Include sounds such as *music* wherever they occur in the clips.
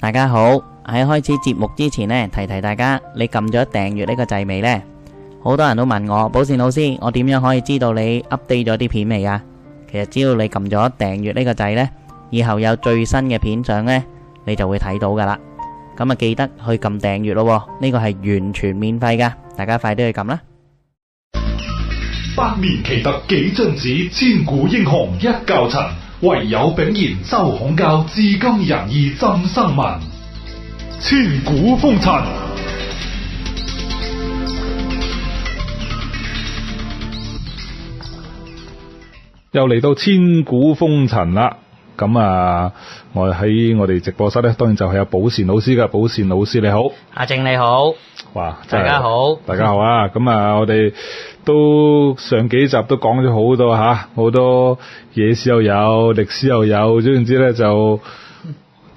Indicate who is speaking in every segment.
Speaker 1: 大家好，喺開始節目之前呢，提提大家，你撳咗訂閱呢個掣未呢？好多人都問我，寶善老師，我點樣可以知道你 update 咗啲片未啊？其實只要你撳咗訂閱呢個掣呢，以後有最新嘅片相呢，你就會睇到噶啦。咁啊，記得去撳訂閱咯喎，呢個係完全免費噶，大家快啲去撳啦！
Speaker 2: 百年奇特幾張紙，千古英雄一窖塵。惟有炳然周孔教，至今仁義浸生民。千古風塵，
Speaker 3: 又嚟到千古風塵啦。咁啊，我喺我哋直播室咧，當然就係有寶善老師嘅。寶善老師你好，
Speaker 4: 阿正你好，
Speaker 3: 哇！真係
Speaker 4: 大家，好，
Speaker 3: 大家好啊！咁啊，我哋都上幾集都講咗好多吓，好多野史又有，歷史又有，總言之咧就。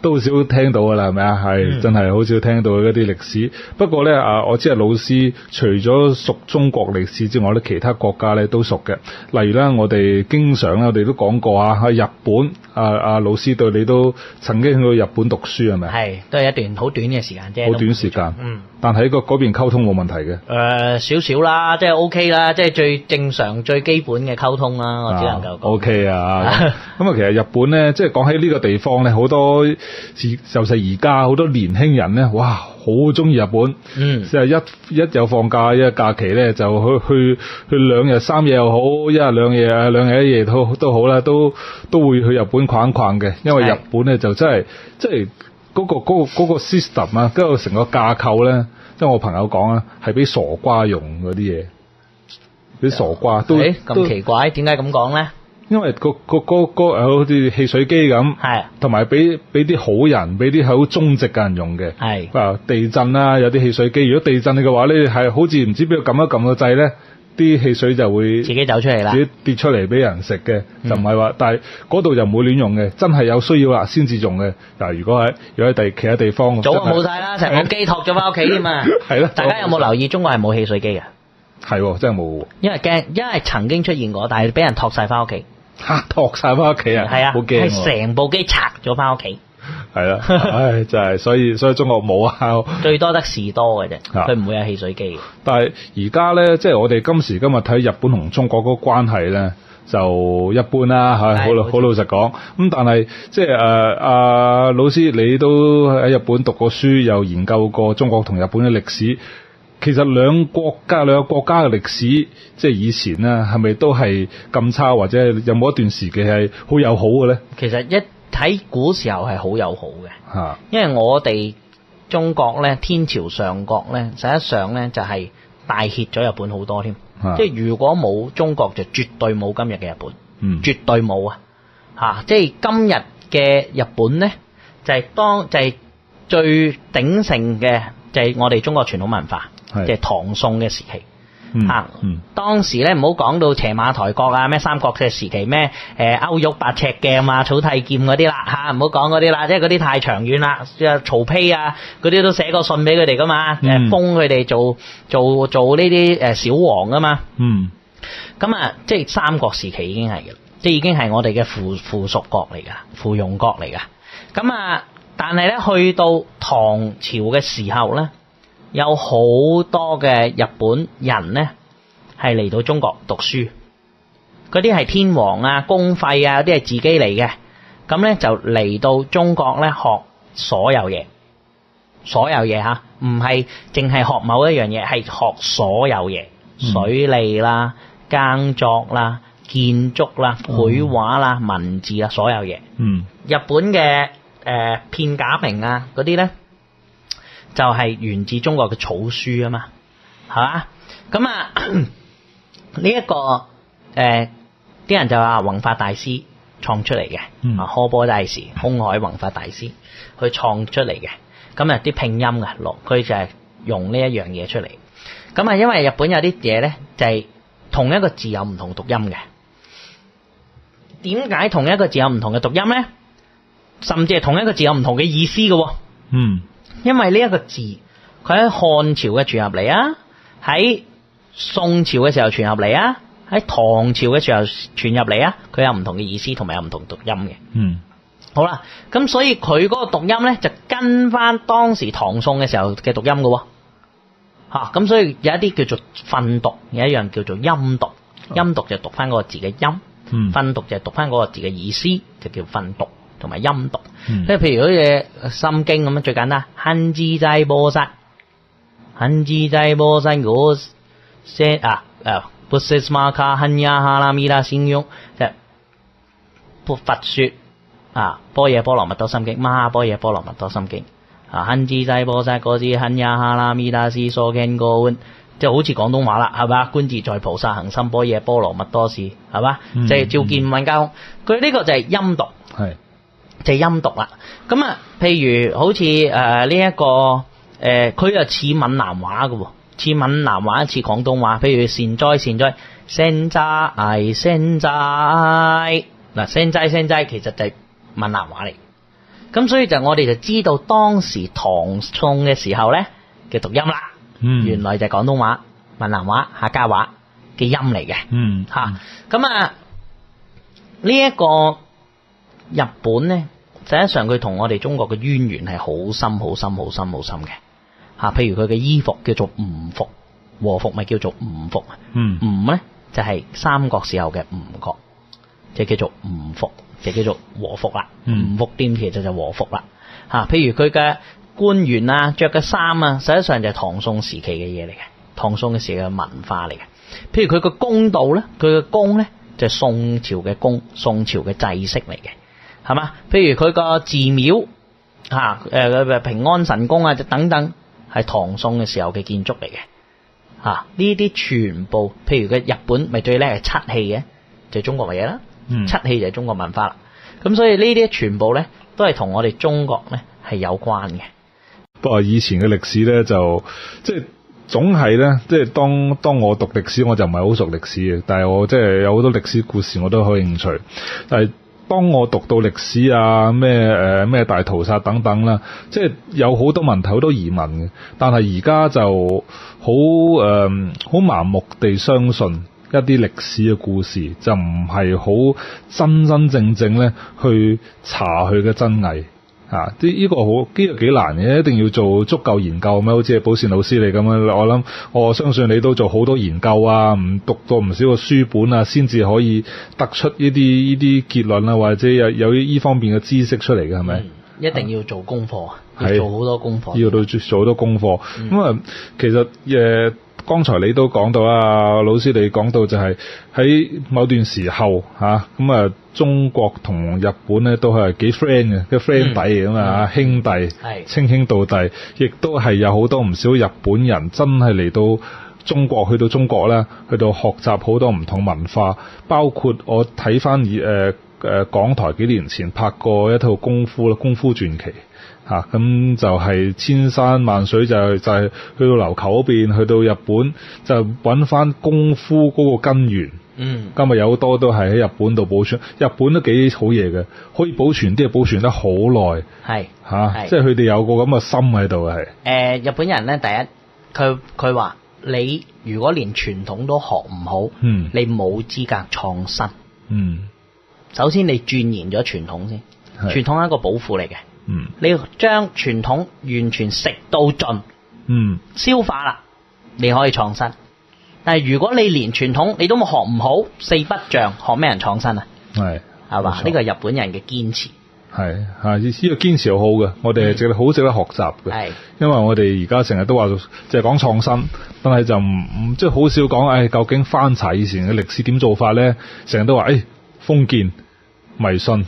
Speaker 3: 都好少聽到噶啦，係咪啊？係、
Speaker 4: 嗯
Speaker 3: 真係好少聽到嗰啲歷史。不過咧，啊，我知係老師除咗熟中國歷史之外咧，其他國家咧都熟嘅。例如咧，我哋經常咧，我哋都講過啊，喺日本啊啊，老師對你都曾經去過日本讀書係咪？
Speaker 4: 係都係一段好短嘅時間啫，
Speaker 3: 啊好短時間，
Speaker 4: 嗯，
Speaker 3: 但喺個嗰邊溝通冇問題嘅。
Speaker 4: 誒少少啦，即係 OK 啦，即係最正常、最基本嘅溝通
Speaker 3: 啊
Speaker 4: 啦，哦我只能夠講，
Speaker 3: O K 啊，咁咁啊，其實日本咧，即係講起呢個地方咧，好多自就係而家好多年輕人咧，哇，好中意日本，
Speaker 4: 嗯
Speaker 3: 即係一一有放假一有假期咧，就去去去兩日三夜又好，一日兩夜啊，兩日一夜都都好啦，都都會去日本逛一逛嘅，因為
Speaker 4: 係
Speaker 3: 日本咧就真係即係嗰個嗰、個嗰、個 system 啊，跟住成個架構咧，即係我朋友講啊，係俾傻瓜用嗰啲嘢，俾傻瓜都
Speaker 4: 誒
Speaker 3: 都
Speaker 4: 咁奇怪，點解咁講咧？
Speaker 3: 因為個個個個誒好似汽水機咁，
Speaker 4: 係
Speaker 3: 同埋俾俾啲好人，俾啲好忠直嘅人用嘅。
Speaker 4: 係
Speaker 3: 啊，地震啦、有啲汽水機，如果地震嘅話咧，係好似唔知邊度撳一撳個掣咧，啲汽水就會
Speaker 4: 自己走出嚟啦嗯
Speaker 3: 自，己跌出嚟俾人食嘅，就唔係話，但係嗰度就唔會亂用嘅，真係有需要啦先至用嘅。嗱，如果喺如果喺第其他地方，
Speaker 4: 早就啊
Speaker 3: 真係
Speaker 4: 冇晒啦，成部機托咗翻屋企添啊！
Speaker 3: *laughs* 係啦
Speaker 4: 大家有冇留意中國係冇汽水機嘅？
Speaker 3: 係喎，真係冇喎 *laughs*
Speaker 4: 因為驚，因為曾經出現過，但係俾人托晒翻屋企，
Speaker 3: 嚇，托晒翻屋企啊，
Speaker 4: 係啊，
Speaker 3: 好驚
Speaker 4: 係
Speaker 3: 喎，
Speaker 4: 成部機拆咗翻屋企，
Speaker 3: 係啦，唉，真係，所以所以中國冇啊。
Speaker 4: 最多得士多嘅啫，
Speaker 3: 啊
Speaker 4: 佢唔會有汽水機嘅。
Speaker 3: 但係而家咧，即係我哋今時今日睇日本同中國嗰個關係咧，就一般啦嚇，
Speaker 4: 係
Speaker 3: 好老
Speaker 4: 冇錯
Speaker 3: 好老實講。咁但係即係誒啊，老師你都喺日本讀過書，又研究過中國同日本嘅歷史。其實兩國家兩個國家嘅歷史，即係以前咧，係咪都係咁差，或者有冇一段時期係好友好嘅咧？
Speaker 4: 其實一睇古時候係好友好嘅，
Speaker 3: 嚇、
Speaker 4: 因為我哋中國咧天朝上國咧，實際上咧就係大協咗日本好多添。
Speaker 3: 啊
Speaker 4: 即係如果冇中國，就絕對冇今日嘅日本，
Speaker 3: 嗯，
Speaker 4: 絕對冇啊！嚇、即係今日嘅日本咧，就係、當就係、最鼎盛嘅，就係、我哋中國傳統文化，
Speaker 3: 係
Speaker 4: 即係唐宋嘅時期。
Speaker 3: 嗯
Speaker 4: 啊
Speaker 3: 嗯，
Speaker 4: 當時咧唔好講到邪馬台國啊，咩三國嘅時期，咩誒歐玉八尺鏡啊、草剃劍嗰啲啦嚇，唔好講嗰啲啦，即係嗰啲太長遠啦。曹丕啊嗰啲都寫過信俾佢哋噶嘛，誒、
Speaker 3: 嗯
Speaker 4: 封佢哋做做做呢啲誒小王噶嘛。
Speaker 3: 嗯，
Speaker 4: 咁啊，即係三國時期已經係嘅，即係已經係我哋嘅附附屬國嚟噶，附庸國嚟噶。咁啊，但係咧去到唐朝嘅時候咧，有好多嘅日本人咧係嚟到中國讀書，嗰啲係天皇啊、公費啊，嗰啲係自己嚟嘅。咁咧就嚟到中國咧學所有嘢，所有嘢吓，唔係淨係學某一樣嘢，係學所有嘢，
Speaker 3: 嗯
Speaker 4: 水利啦、耕作啦、建築啦、繪畫啦、文字啦，所有嘢。
Speaker 3: 嗯，
Speaker 4: 日本嘅誒片假名啊嗰啲咧，就係、源自中國嘅草書啊嘛，係嘛？咁啊， *coughs* 呢一個誒啲、人就話弘法大師創出嚟嘅，
Speaker 3: 嗯
Speaker 4: 啊科波大師、空海弘法大師去創出嚟嘅。咁啊啲拼音嘅落，佢就係用呢一樣嘢出嚟。咁啊，因為日本有啲嘢咧，就係、同一個字有唔同讀音嘅。點解同一個字有唔同嘅讀音呢？甚至係同一個字有唔同嘅意思嘅喎，
Speaker 3: 嗯，
Speaker 4: 因為呢一個字佢喺漢朝嘅傳入嚟啊，喺宋朝嘅時候傳入嚟啊，喺唐朝嘅時候傳入嚟啊，佢有唔同嘅意思同埋有唔同讀音嘅。
Speaker 3: 嗯，
Speaker 4: 好啦，咁所以佢嗰個讀音呢，就跟跟翻當時唐宋嘅時候嘅讀音嘅喎、嚇咁、所以有一啲叫做訓讀，有一樣叫做音讀。音讀就讀翻嗰個字嘅音，
Speaker 3: 嗯
Speaker 4: 訓讀就讀翻嗰個字嘅意思，就叫訓讀同埋音讀。
Speaker 3: 嗯
Speaker 4: 即係譬如嗰只《心經》咁樣啊最簡單，恨之濟波塞，恨之濟波塞嗰些啊誒，波塞斯瑪卡恨呀哈拉咪啦先翁，即係佛佛説啊，般若波羅蜜多心經，嘛哈般若波羅蜜多心經啊，恨之濟波塞嗰支恨呀哈拉咪啦斯所經觀。即係好似廣東話啦，係嘛？觀自在菩薩行深般若波羅蜜多時，係嘛？
Speaker 3: 嗯
Speaker 4: 即係照見五蘊皆空。佢呢個就係音讀，
Speaker 3: 係
Speaker 4: 就係音讀啦。咁啊，譬如好似誒呢一個誒，呃佢、又似閩南話嘅喎，似閩南話似廣東話。譬如善哉善哉，善哉善哉，嗱善哉善哉其實就係閩南話嚟。咁所以就我哋就知道當時唐宋嘅時候咧嘅讀音啦，
Speaker 3: 嗯
Speaker 4: 原來就係廣東話、閩南話、客家話嘅音嚟嘅。
Speaker 3: 嗯
Speaker 4: 吓，咁啊，呢、一個日本咧，實際上佢同我哋中國嘅淵源係好深、好深、好深、好深嘅吓、譬如佢嘅衣服叫做吳服，和服咪叫做吳服，
Speaker 3: 嗯
Speaker 4: 吳咧就係、三國時候嘅吳國，就叫做吳服，就叫做和服啦。
Speaker 3: 嗯
Speaker 4: 吳服店其實就和服啦吓、譬如佢嘅官員啊，着嘅衫啊，實際上就係唐宋時期嘅嘢嚟嘅，唐宋嘅時期嘅文化嚟嘅。譬如佢個公道咧，佢嘅公咧就係宋朝嘅公，宋朝嘅制式嚟嘅，係嘛？譬如佢個寺廟嚇誒、平安神宮啊等等，係唐宋嘅時候嘅建築嚟嘅嚇。呢、啲全部，譬如佢日本咪最叻係漆器嘅，就係中國嘅嘢啦。
Speaker 3: 嗯
Speaker 4: 漆器就係中國文化啦。咁所以呢啲全部咧都係同我哋中國咧係有關嘅。
Speaker 3: 不過以前嘅歷史咧就即係總係咧，即係當當我讀歷史，我就唔係好熟歷史嘅，但係我即係有好多歷史故事我都好興趣。但係當我讀到歷史啊咩誒咩大屠殺等等啦，即係有好多問題好多疑問嘅，但係而家就好誒好盲目地相信。一啲歷史嘅故事就唔係好真真正正咧去查佢嘅真偽，啊！啲呢個好呢個幾難嘅，一定要做足夠研究咁樣，好似寶善老師你咁樣，我諗我相信你都做好多研究啊，唔讀過唔少嘅書本啊，先至可以得出呢啲呢啲結論啊，或者有有呢方面嘅知識出嚟嘅係咪？
Speaker 4: 嗯一定要做功課，啊要
Speaker 3: 係
Speaker 4: 做好多功課。
Speaker 3: 要到做做好多功課。咁啊、其實誒、剛才你都講到啊，老師你講到就係喺某段時候嚇，咁啊，中國同日本咧都係幾 friend 嘅，嘅 friend 底嚟㗎嘛，啊兄弟
Speaker 4: 係，
Speaker 3: 稱兄道弟，亦都係有好多唔少日本人真係嚟到。中國去到中國咧，去到學習好多唔同文化，包括我睇翻以誒誒港台幾年前拍過一套功夫啦，《功夫傳奇》嚇，咁、就係千山萬水就係就係、去到琉球嗰邊，去到日本就揾翻功夫嗰個根源。
Speaker 4: 嗯
Speaker 3: 今日有好多都係喺日本度保存，日本都幾好嘢嘅，可以保存啲嘢保存得好耐
Speaker 4: 係
Speaker 3: 嚇，
Speaker 4: 係
Speaker 3: 即係佢哋有個咁嘅心喺度係。
Speaker 4: 誒、日本人咧，第一佢佢話你如果連傳統都學唔好，
Speaker 3: 嗯
Speaker 4: 你冇資格創新。
Speaker 3: 嗯
Speaker 4: 首先你鑽研咗傳統先，
Speaker 3: 係
Speaker 4: 傳統係一個寶庫嚟嘅，
Speaker 3: 嗯
Speaker 4: 你要將傳統完全食到盡。
Speaker 3: 嗯
Speaker 4: 消化啦，你可以創新。但係如果你連傳統你都冇學唔好，四不像學咩人創新啊？
Speaker 3: 係
Speaker 4: 係
Speaker 3: 冇
Speaker 4: 嘛？
Speaker 3: 錯
Speaker 4: 呢個係日本人嘅堅持
Speaker 3: 係嚇，呢、呢個堅持好好嘅，我哋係值得好值得學習嘅。
Speaker 4: 係
Speaker 3: 因為我哋而家成日都話就係講創新，但係就唔唔即係好少講，誒、究竟翻查以前嘅歷史點做法咧？成日都話誒、封建迷信，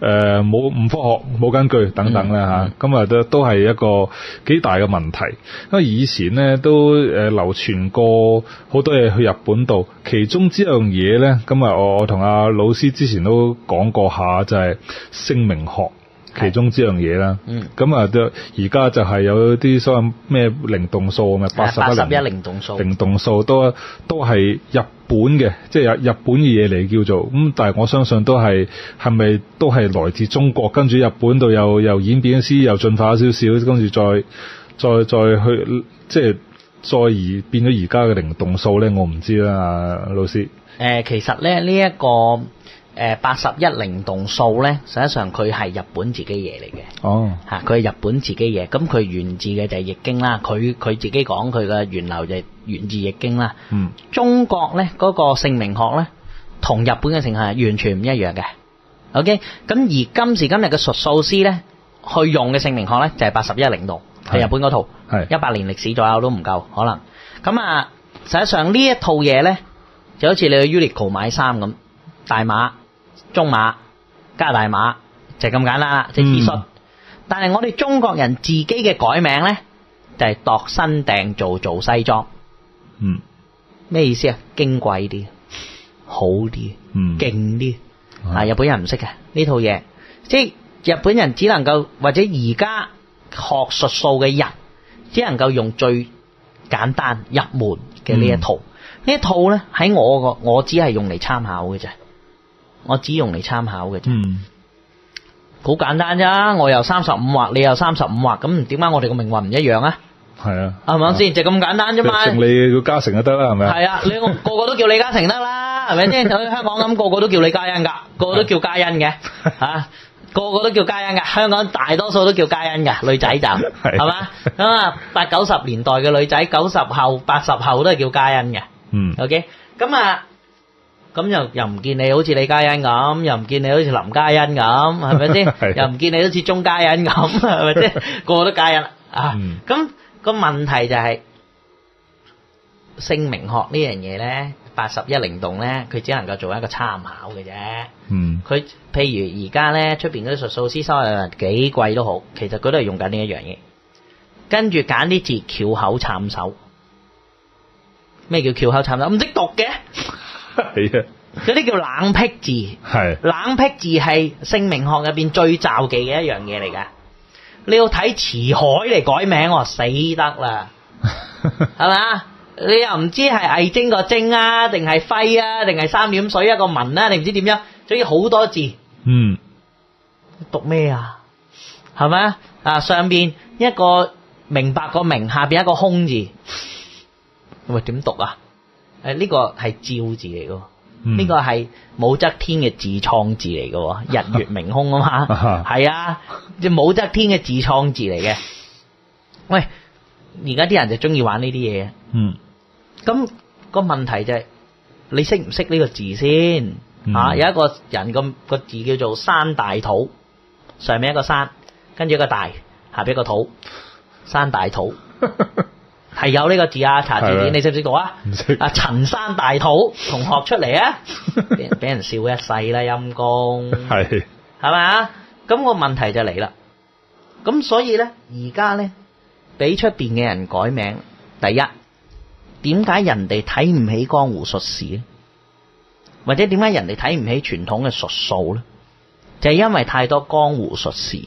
Speaker 3: 誒冇唔科學冇根據等等啦嚇，咁啊都都係一個幾大嘅問題，因為以前咧都誒、流傳過好多嘢去日本度，其中之一樣嘢咧，咁啊我我同阿老師之前都講過下，就係、姓名學。其中之樣嘢啦，
Speaker 4: 嗯
Speaker 3: 咁啊、都而家就係有啲所謂咩靈動數啊，咪八十
Speaker 4: 八十一
Speaker 3: 一
Speaker 4: 靈動數，
Speaker 3: 靈動數都都係日本嘅，即係日日本嘅嘢嚟叫做咁，但係我相信都係係咪都係來自中國，跟住日本度又又演變咗啲，又進化咗少少，跟住再再再去即係再而變咗而家嘅靈動數咧，我唔知啦，啊老師。
Speaker 4: 誒、其實咧呢一、個誒、誒八十一靈動數咧，實際上佢係日本自己嘢嚟嘅。
Speaker 3: 哦，
Speaker 4: 嚇，佢係日本自己嘢，咁佢源自嘅就係易經啦，佢佢自己講佢嘅源流就係源自易經啦。
Speaker 3: 嗯，
Speaker 4: 中國呢嗰、個姓名學呢，同日本嘅姓名係完全唔一樣嘅。OK，咁而今時今日嘅術數師呢，去用嘅姓名學呢，就係八十一零度，
Speaker 3: 係
Speaker 4: 係日本嗰套，
Speaker 3: 係
Speaker 4: 一百年歷史左右都唔夠可能。咁啊，實際上呢一套嘢呢，就好似你去 Uniqlo 買衫咁，大碼、中碼、加大碼，就係咁簡單啦，即係 T 恤。
Speaker 3: 嗯
Speaker 4: 但係我哋中國人自己嘅改名呢，就係、度身訂造做西裝。
Speaker 3: 嗯
Speaker 4: 咩意思啊？矜貴啲，好啲，
Speaker 3: 嗯，
Speaker 4: 勁啲。
Speaker 3: 嗯
Speaker 4: 啊，日本人唔識嘅呢套嘢，即係日本人只能夠或者而家學術數嘅人，只能夠用最簡單入門嘅呢一套。
Speaker 3: 嗯
Speaker 4: 呢一套呢，喺我個我只係用嚟參考嘅啫，我只用嚟參考嘅啫。
Speaker 3: 嗯
Speaker 4: 好簡單咋，我又三十五畫，你又三十五畫，咁點解我哋個命運唔一樣啊？
Speaker 3: 係啊，
Speaker 4: 係咪先？就咁簡單啫嘛。
Speaker 3: 成你叫嘉誠就得啦，係咪啊？
Speaker 4: 係啊，你個個個都叫李嘉誠
Speaker 3: *laughs*
Speaker 4: 得啦，係咪先？喺香港咁，個個都叫李嘉欣㗎，個
Speaker 3: 啊
Speaker 4: 個都叫嘉欣
Speaker 3: *laughs*
Speaker 4: 嘅，嚇、個個都叫嘉欣㗎。香港大多數都叫嘉欣㗎，女仔就係嘛咁啊，八九十年代嘅女仔，九十後、八十後都係叫嘉欣嘅。
Speaker 3: 嗯
Speaker 4: OK，咁啊，咁又又唔見你好似李嘉欣咁，又唔見你好似林嘉欣咁，係咪
Speaker 3: *laughs* 係
Speaker 4: 先？又唔見你好似鐘嘉欣咁，係咪先？
Speaker 3: *laughs*
Speaker 4: 個個都嘉欣啦啊
Speaker 3: 嗯！
Speaker 4: 咁個問題就係姓名學呢樣嘢咧，八十一靈動咧，佢只能夠做一個參考嘅啫。
Speaker 3: 嗯
Speaker 4: 佢譬如而家咧出邊嗰啲術數師收入幾貴都好，其實佢都係用緊呢一樣嘢，跟住揀啲字翹口慘手。咩叫翹口慘手？唔識讀嘅，
Speaker 3: 係啊，
Speaker 4: 嗰啲叫冷僻字。 *laughs*
Speaker 3: 係
Speaker 4: 冷僻字係姓名學入邊最罩忌嘅一樣嘢嚟㗎。你要睇辭海嚟改名，我話死得啦，係嘛？你又唔知係魏徵個徵啊，定係輝啊，定係三點水一個文啊，你唔知點樣，總之好多字。
Speaker 3: 嗯
Speaker 4: 讀咩啊？係咪啊？啊上邊一個明白個明，下邊一個空字，喂點讀啊？誒、呢、個係照字嚟嘅喎，
Speaker 3: 嗯
Speaker 4: 呢、個啊係武則天嘅自創字嚟嘅喎，日月明空啊嘛，係啊，即係武則天嘅自創字嚟嘅。喂，而家啲人就中意玩呢啲嘢，啊
Speaker 3: 嗯
Speaker 4: 咁、個問題就係、你識唔識呢個字先？
Speaker 3: 嗯
Speaker 4: 啊，有一個人個個字叫做山大肚，上面一個山，跟住一個大，下邊一個肚，山
Speaker 3: *laughs*
Speaker 4: 大肚係有呢個字啊！查字
Speaker 3: 係咩
Speaker 4: 典你識唔識讀
Speaker 3: *laughs*
Speaker 4: 啊
Speaker 3: 唔識？
Speaker 4: 啊，陳山大肚同學出嚟啊，俾人俾人笑一世啦，陰
Speaker 3: *laughs*
Speaker 4: 公 *laughs*
Speaker 3: 係
Speaker 4: 係咪啊？咁個問題就嚟啦。咁所以呢，而家呢，俾出邊嘅人改名，第一，點解人哋睇唔起江湖術士呢？或者點解人哋睇唔起傳統嘅術數呢？就係因為太多江湖術士，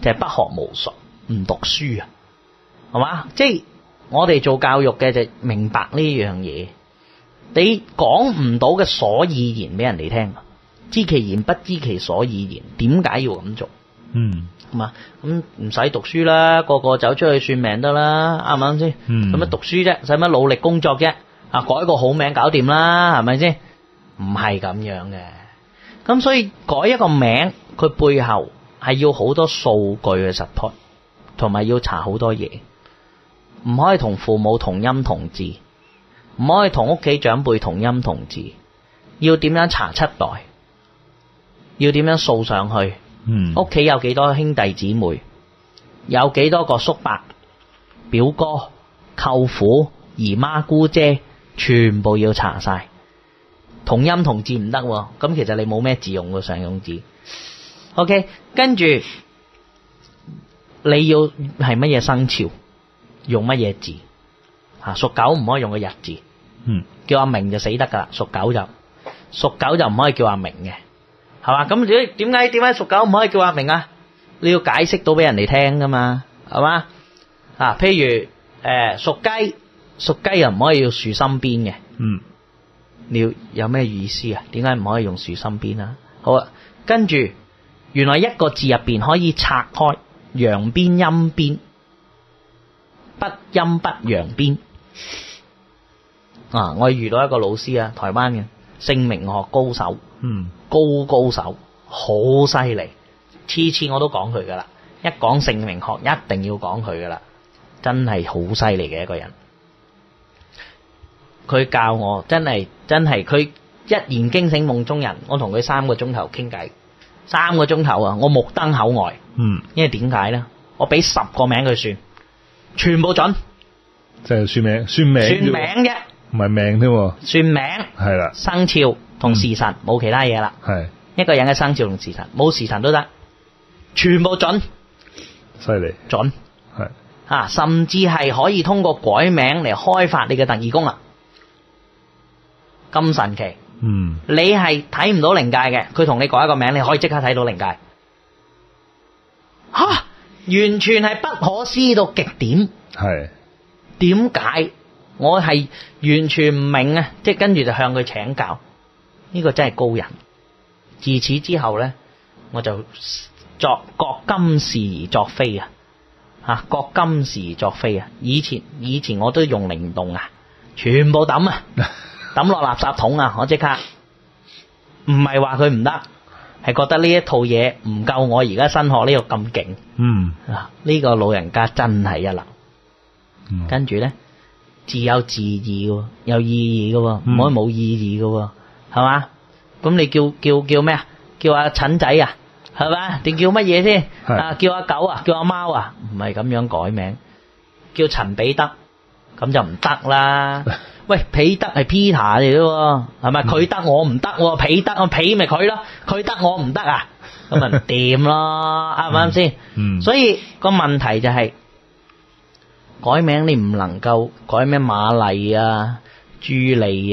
Speaker 4: 就係不學無術，唔讀書啊，係嘛？即係我哋做教育嘅就明白呢樣嘢，你講唔到嘅所以然俾人哋聽。知其然不知其所以然，點解要咁做？
Speaker 3: 嗯
Speaker 4: 係嘛？咁唔使讀書啦，個個走出去算命得啦，啱唔啱先？
Speaker 3: 嗯
Speaker 4: 使乜讀書啫？使乜努力工作啫？啊，改個好名搞掂啦，係咪先？唔係咁樣嘅。咁所以改一個名，佢背後係要好多數據嘅 support，同埋要查好多嘢，唔可以同父母同音同字，唔可以同屋企長輩同音同字，要點樣查七代？要點樣掃上去？
Speaker 3: 嗯
Speaker 4: 屋企有幾多兄弟姊妹，有幾多個叔伯、表哥、舅父、姨媽、姑姐，全部要查晒。同音同字唔得喎，咁其實你冇咩字用嘅常用字。OK，跟住你要係乜嘢生肖，用乜嘢字啊？屬狗唔可以用個日字。
Speaker 3: 嗯
Speaker 4: 叫阿明就死得噶啦，屬狗就屬狗就唔可以叫阿明嘅，係嘛？咁點點解點解屬狗唔可以叫阿明啊？你要解釋到俾人哋聽噶嘛，係嘛？啊，譬如誒屬雞，屬雞又唔可以要樹心邊嘅，
Speaker 3: 嗯
Speaker 4: 你要有咩意思啊？點解唔可以用樹心邊啊？好啊，跟住原來一個字入邊可以拆開陽邊陰邊，不陰不陽邊。啊！我遇到一個老師啊，台灣嘅，姓名學高手。
Speaker 3: 嗯，
Speaker 4: 高高手，好犀利。次次我都講佢噶啦，一講姓名學一定要講佢噶啦，真係好犀利嘅一個人。佢教我真係真係，佢一言驚醒夢中人。我同佢三個鐘頭傾偈，三個鐘頭啊，我目瞪口呆。
Speaker 3: 嗯，
Speaker 4: 因為點解呢？我俾十個名佢算，全部準，
Speaker 3: 即係算命，算命，
Speaker 4: 算名啫，
Speaker 3: 唔係命添喎，
Speaker 4: 算名、
Speaker 3: 係啦，
Speaker 4: 生肖同時辰，冇其他嘢啦。
Speaker 3: 係
Speaker 4: 一個人嘅生肖同時辰，冇時辰都得，全部準
Speaker 3: 犀利，
Speaker 4: 準
Speaker 3: 係
Speaker 4: 啊！甚至係可以通過改名嚟開發你嘅特異功能，咁神奇！
Speaker 3: 嗯
Speaker 4: 你係睇唔到靈界嘅，佢同你改一個名，你可以即刻睇到靈界。吓、完全係不可思議到極點。
Speaker 3: 係
Speaker 4: 點解？我係完全唔明啊！即係跟住就向佢請教，呢、個真係高人。自此之後呢，我就作覺今是而作非啊！嚇，覺今是而作非啊！以前以前我都用靈動啊，全部抌啊，抌落垃圾桶啊！我即刻唔係話佢唔得，係覺得呢一套嘢唔夠我而家新學呢個咁勁
Speaker 3: 嗯
Speaker 4: 啊！呢、個老人家真係一流。
Speaker 3: 嗯
Speaker 4: 跟住呢，自有自義喎，有意義嘅喎，唔
Speaker 3: 嗯
Speaker 4: 可以冇意義嘅喎，係嘛？咁你叫叫叫咩啊？叫阿陳仔啊，係嘛？定叫乜嘢先？
Speaker 3: 係
Speaker 4: 啊，叫阿狗啊，叫阿貓啊，唔係咁樣改名，叫陳彼得，咁就唔得
Speaker 3: *laughs*
Speaker 4: 啦。喂，彼得係 Peter 嚟嘅喎，係咪？佢得我唔得喎，彼得啊，彼咪佢咯，佢得我唔得啊，咁咪唔掂
Speaker 3: *laughs*
Speaker 4: 咯，啱唔啱先？
Speaker 3: 嗯，
Speaker 4: 所以個問題就係、改名你唔能夠改咩馬麗啊、朱 莉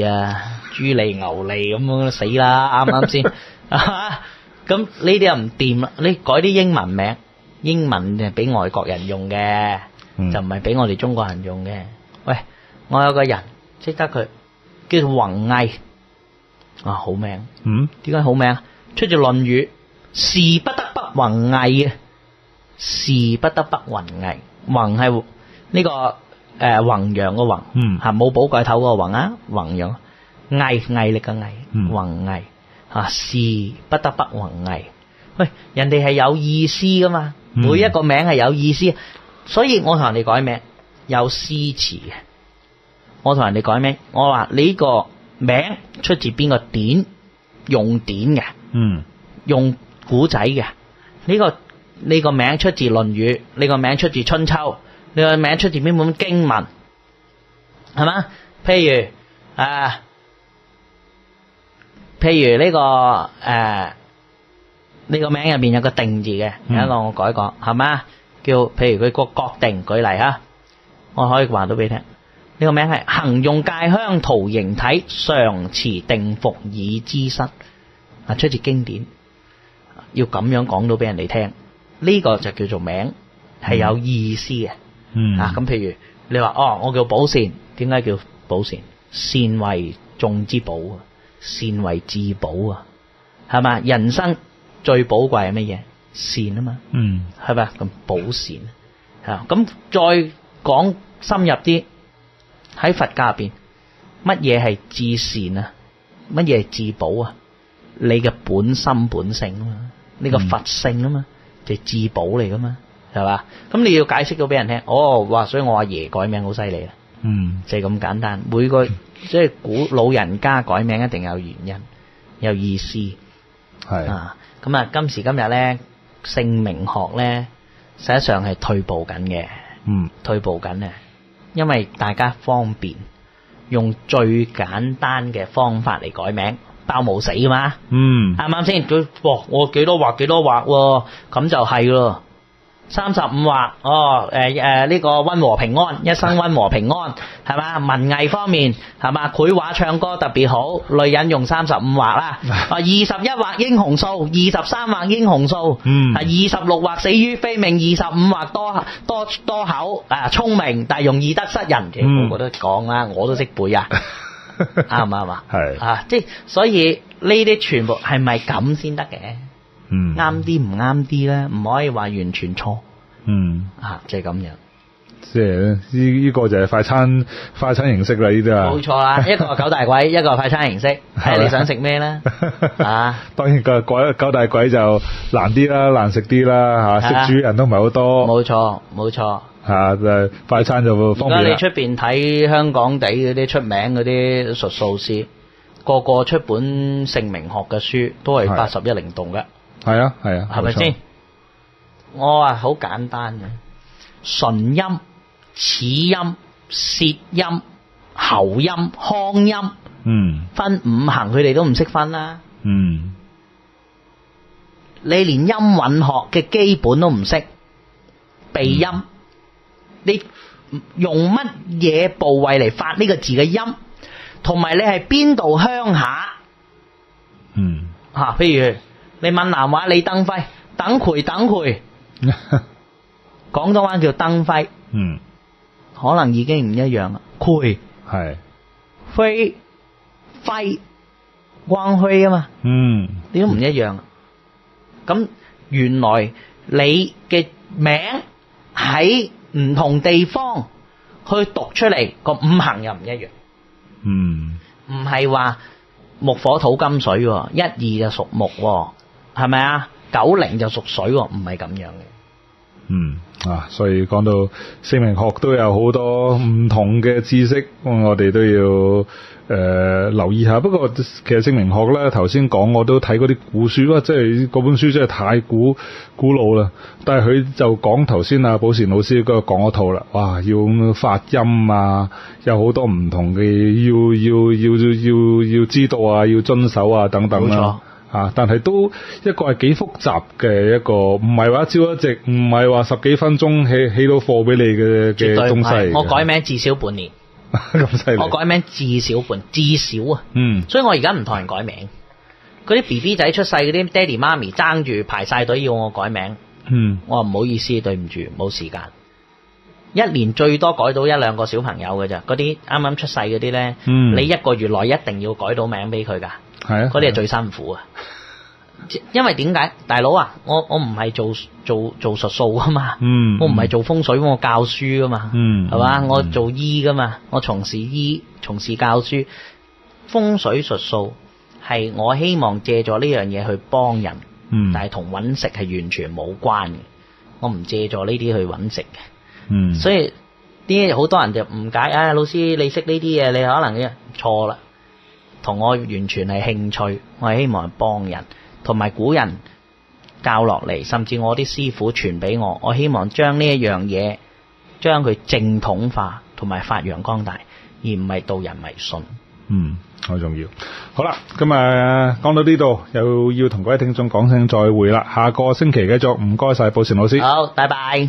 Speaker 3: *laughs*
Speaker 4: 啊、朱莉牛莉咁樣死啦，啱唔啱先？ *laughs* 啊咁呢啲又唔掂啦，你改啲英文名，英文就係俾外國人用嘅，
Speaker 3: 嗯
Speaker 4: 就唔係俾我哋中國人用嘅。喂，我有個人識得佢，叫做弘毅，啊好名。
Speaker 3: 嗯
Speaker 4: 點解好名啊？出自《論語》，是不得不弘毅啊！是不得不弘毅，弘係呢個诶弘揚個弘，
Speaker 3: 嗯
Speaker 4: 吓冇寶蓋頭個弘啊，弘揚毅毅力嘅毅，
Speaker 3: 嗯
Speaker 4: 弘毅吓是不得不弘毅。喂，人哋係有意思噶嘛，
Speaker 3: 嗯
Speaker 4: 每一個名係有意思，所以我同人哋改名有詩詞嘅。我同人哋改名，我話你呢個名出自邊個典，用典嘅，
Speaker 3: 嗯
Speaker 4: 用古仔嘅。呢、個呢、個名出自《論語》，呢個名出自《春秋》，呢個名出自邊本經文，係嘛？譬如啊，譬如呢、個诶。啊呢個名入面有個定字嘅，
Speaker 3: 嗯
Speaker 4: 有一個我改過，係嘛？叫譬如佢個國定，舉例嚇，我可以話到俾你聽。呢個名係行用界香圖形體，常持定服以知身。啊，出自經典，要咁樣講到俾人哋聽，呢、個就叫做名，係有意思嘅。
Speaker 3: 嗯
Speaker 4: 啊，咁譬如你話哦，我叫寶善，點解叫寶善？善為眾之寶啊，善為至寶啊，係嘛？人生最寶貴係乜嘢？善啊嘛，
Speaker 3: 嗯
Speaker 4: 係咪？咁寶善啊，咁再講深入啲，喺佛家入邊，乜嘢係至善啊？乜嘢係至寶啊？你嘅本心本性啊嘛，你個
Speaker 3: 嗯
Speaker 4: 佛性啊嘛，就係至寶嚟噶嘛，係嘛？咁你要解釋到俾人聽，哦，哇！所以我阿爺改名好犀利啦，
Speaker 3: 嗯
Speaker 4: 就係、咁簡單。每個即係古老人家改名一定有原因，有意思。
Speaker 3: 係
Speaker 4: 啊，咁啊，今時今日咧，姓名學咧，實際上係退步緊嘅，
Speaker 3: 嗯
Speaker 4: 退步緊嘅，因為大家方便，用最簡單嘅方法嚟改名，包冇死噶嘛，
Speaker 3: 嗯
Speaker 4: 啱唔啱先？佢哇，我幾多畫幾多畫喎、咁就係咯。三十五畫哦，誒誒呢個温和平安，一
Speaker 3: 啊
Speaker 4: 生温和平安，係嘛？文藝方面係嘛？繪畫唱歌特別好，女人用三十五畫
Speaker 3: *laughs*
Speaker 4: 啦，啊二十一畫英雄數，二十三畫英雄數，
Speaker 3: 嗯
Speaker 4: 啊二十六畫死於非命，二十五畫多多多口啊聰明，但係容易得失人，其實
Speaker 3: 嗯
Speaker 4: 個個都講啦，我都識
Speaker 3: *laughs*
Speaker 4: 背啊。 *laughs* 啱唔啱啊？
Speaker 3: 係
Speaker 4: 啊，即係所以呢啲全部係咪咁先得嘅？
Speaker 3: 嗯
Speaker 4: 啱啲唔啱啲咧，唔可以話完全錯
Speaker 3: 嗯
Speaker 4: 啊，就係咁樣。
Speaker 3: 即係呢呢個就係快餐快餐形式啦，呢啲啊。
Speaker 4: 冇錯
Speaker 3: *laughs*
Speaker 4: 啦，一個係九大鬼，一個係快餐形式，睇
Speaker 3: 係
Speaker 4: 下
Speaker 3: 咪，
Speaker 4: 你想食咩啦
Speaker 3: *laughs*
Speaker 4: 啊！
Speaker 3: 當然個鬼九大鬼就難啲啦，難食啲啦
Speaker 4: 係
Speaker 3: 嚇，
Speaker 4: 啊
Speaker 3: 識煮人都唔係好多
Speaker 4: 冇錯冇錯。
Speaker 3: 嚇，就係快餐就方便啊
Speaker 4: 而家你
Speaker 3: 啦
Speaker 4: 出。邊睇香港地嗰啲出名嗰啲術數師，個個出本姓名學嘅書都係
Speaker 3: 係
Speaker 4: 八十一靈動嘅，
Speaker 3: 係啊係啊，
Speaker 4: 係咪
Speaker 3: 冇錯
Speaker 4: 先？？我話好簡單嘅，唇音、齒音、舌音、喉音、腔音，
Speaker 3: 嗯
Speaker 4: 分五行佢哋都唔識分啦。
Speaker 3: 嗯
Speaker 4: 你連音韻學嘅基本都唔識，鼻音，
Speaker 3: 嗯
Speaker 4: 你用乜嘢部位嚟發呢個字嘅音，同埋你係邊度鄉下
Speaker 3: 嗯， *laughs*
Speaker 4: 嚇、啊譬如你閩南話李登輝，等佢等佢，廣東話叫登輝，
Speaker 3: 嗯
Speaker 4: 可能已經唔一樣啦。佢
Speaker 3: 係
Speaker 4: 輝輝光輝啊嘛，
Speaker 3: 嗯
Speaker 4: 你都唔一樣。咁原來你嘅名喺唔同地方去讀出嚟個五行又唔一樣，
Speaker 3: 嗯
Speaker 4: 唔係話木火土金水喎，一二就屬木喎，係咪啊？九零就屬水喎，唔係咁樣嘅。
Speaker 3: 嗯啊，所以講到姓名學都有好多唔同嘅知識，我哋都要。誒、留意下，不過呃其實姓名學咧，頭先講我都睇嗰啲古書啦，即係嗰本書真係太古古老啦。但係佢就講頭先啊，寶善老師嗰個講嗰套啦，哇，要咁樣發音啊，有好多唔同嘅要要要要要知道啊，要遵守啊等等啦、
Speaker 4: 冇錯
Speaker 3: 啊！但係都一個係幾複雜嘅一個，唔係話一朝一夕，唔係話十幾分鐘起起到貨俾你嘅嘅
Speaker 4: 絕對唔
Speaker 3: 東西
Speaker 4: 係。
Speaker 3: 嘅。
Speaker 4: 我改名至少半年，
Speaker 3: *laughs* 咁犀利。
Speaker 4: 我改名至少半，至少啊。
Speaker 3: 嗯
Speaker 4: 所以我而家唔同人改名。嗰啲 B B 仔出世嗰啲爹哋媽咪爭住排晒隊要我改名，
Speaker 3: 嗯
Speaker 4: 我話唔好意思，對唔住，冇時間。一年最多改到一兩個小朋友嘅咋，嗰啲啱啱出世嗰啲呢，
Speaker 3: 嗯
Speaker 4: 你一個月內一定要改到名俾佢㗎，
Speaker 3: 係啊。
Speaker 4: 嗰啲係最辛苦啊。因為點解，大佬啊，我我唔係做做做術數噶嘛，
Speaker 3: 嗯
Speaker 4: 我唔係做風水，我教書噶嘛，
Speaker 3: 嗯
Speaker 4: 係嘛，
Speaker 3: 嗯
Speaker 4: 我
Speaker 3: 嗯
Speaker 4: 做醫噶嘛，我從事醫，從事教書，風水術數係我希望借助呢樣嘢去幫人。
Speaker 3: 嗯
Speaker 4: 但係同揾食係完全冇關嘅。我唔借助呢啲去揾食嘅，
Speaker 3: 嗯
Speaker 4: 所以啲好多人就誤解啊、老師你識呢啲嘢，你可能嘅錯啦。同我完全係興趣，我係希望幫人，同埋古人教落嚟，甚至我啲師傅傳俾我，我希望將呢一樣嘢將佢正統化，同埋發揚光大，而唔係導人迷信。
Speaker 3: 嗯，好重要。好啦，咁啊，講到呢度又要同各位聽眾講聲再會啦。下個星期繼續，唔該晒，寶善老師。
Speaker 4: 好，拜拜。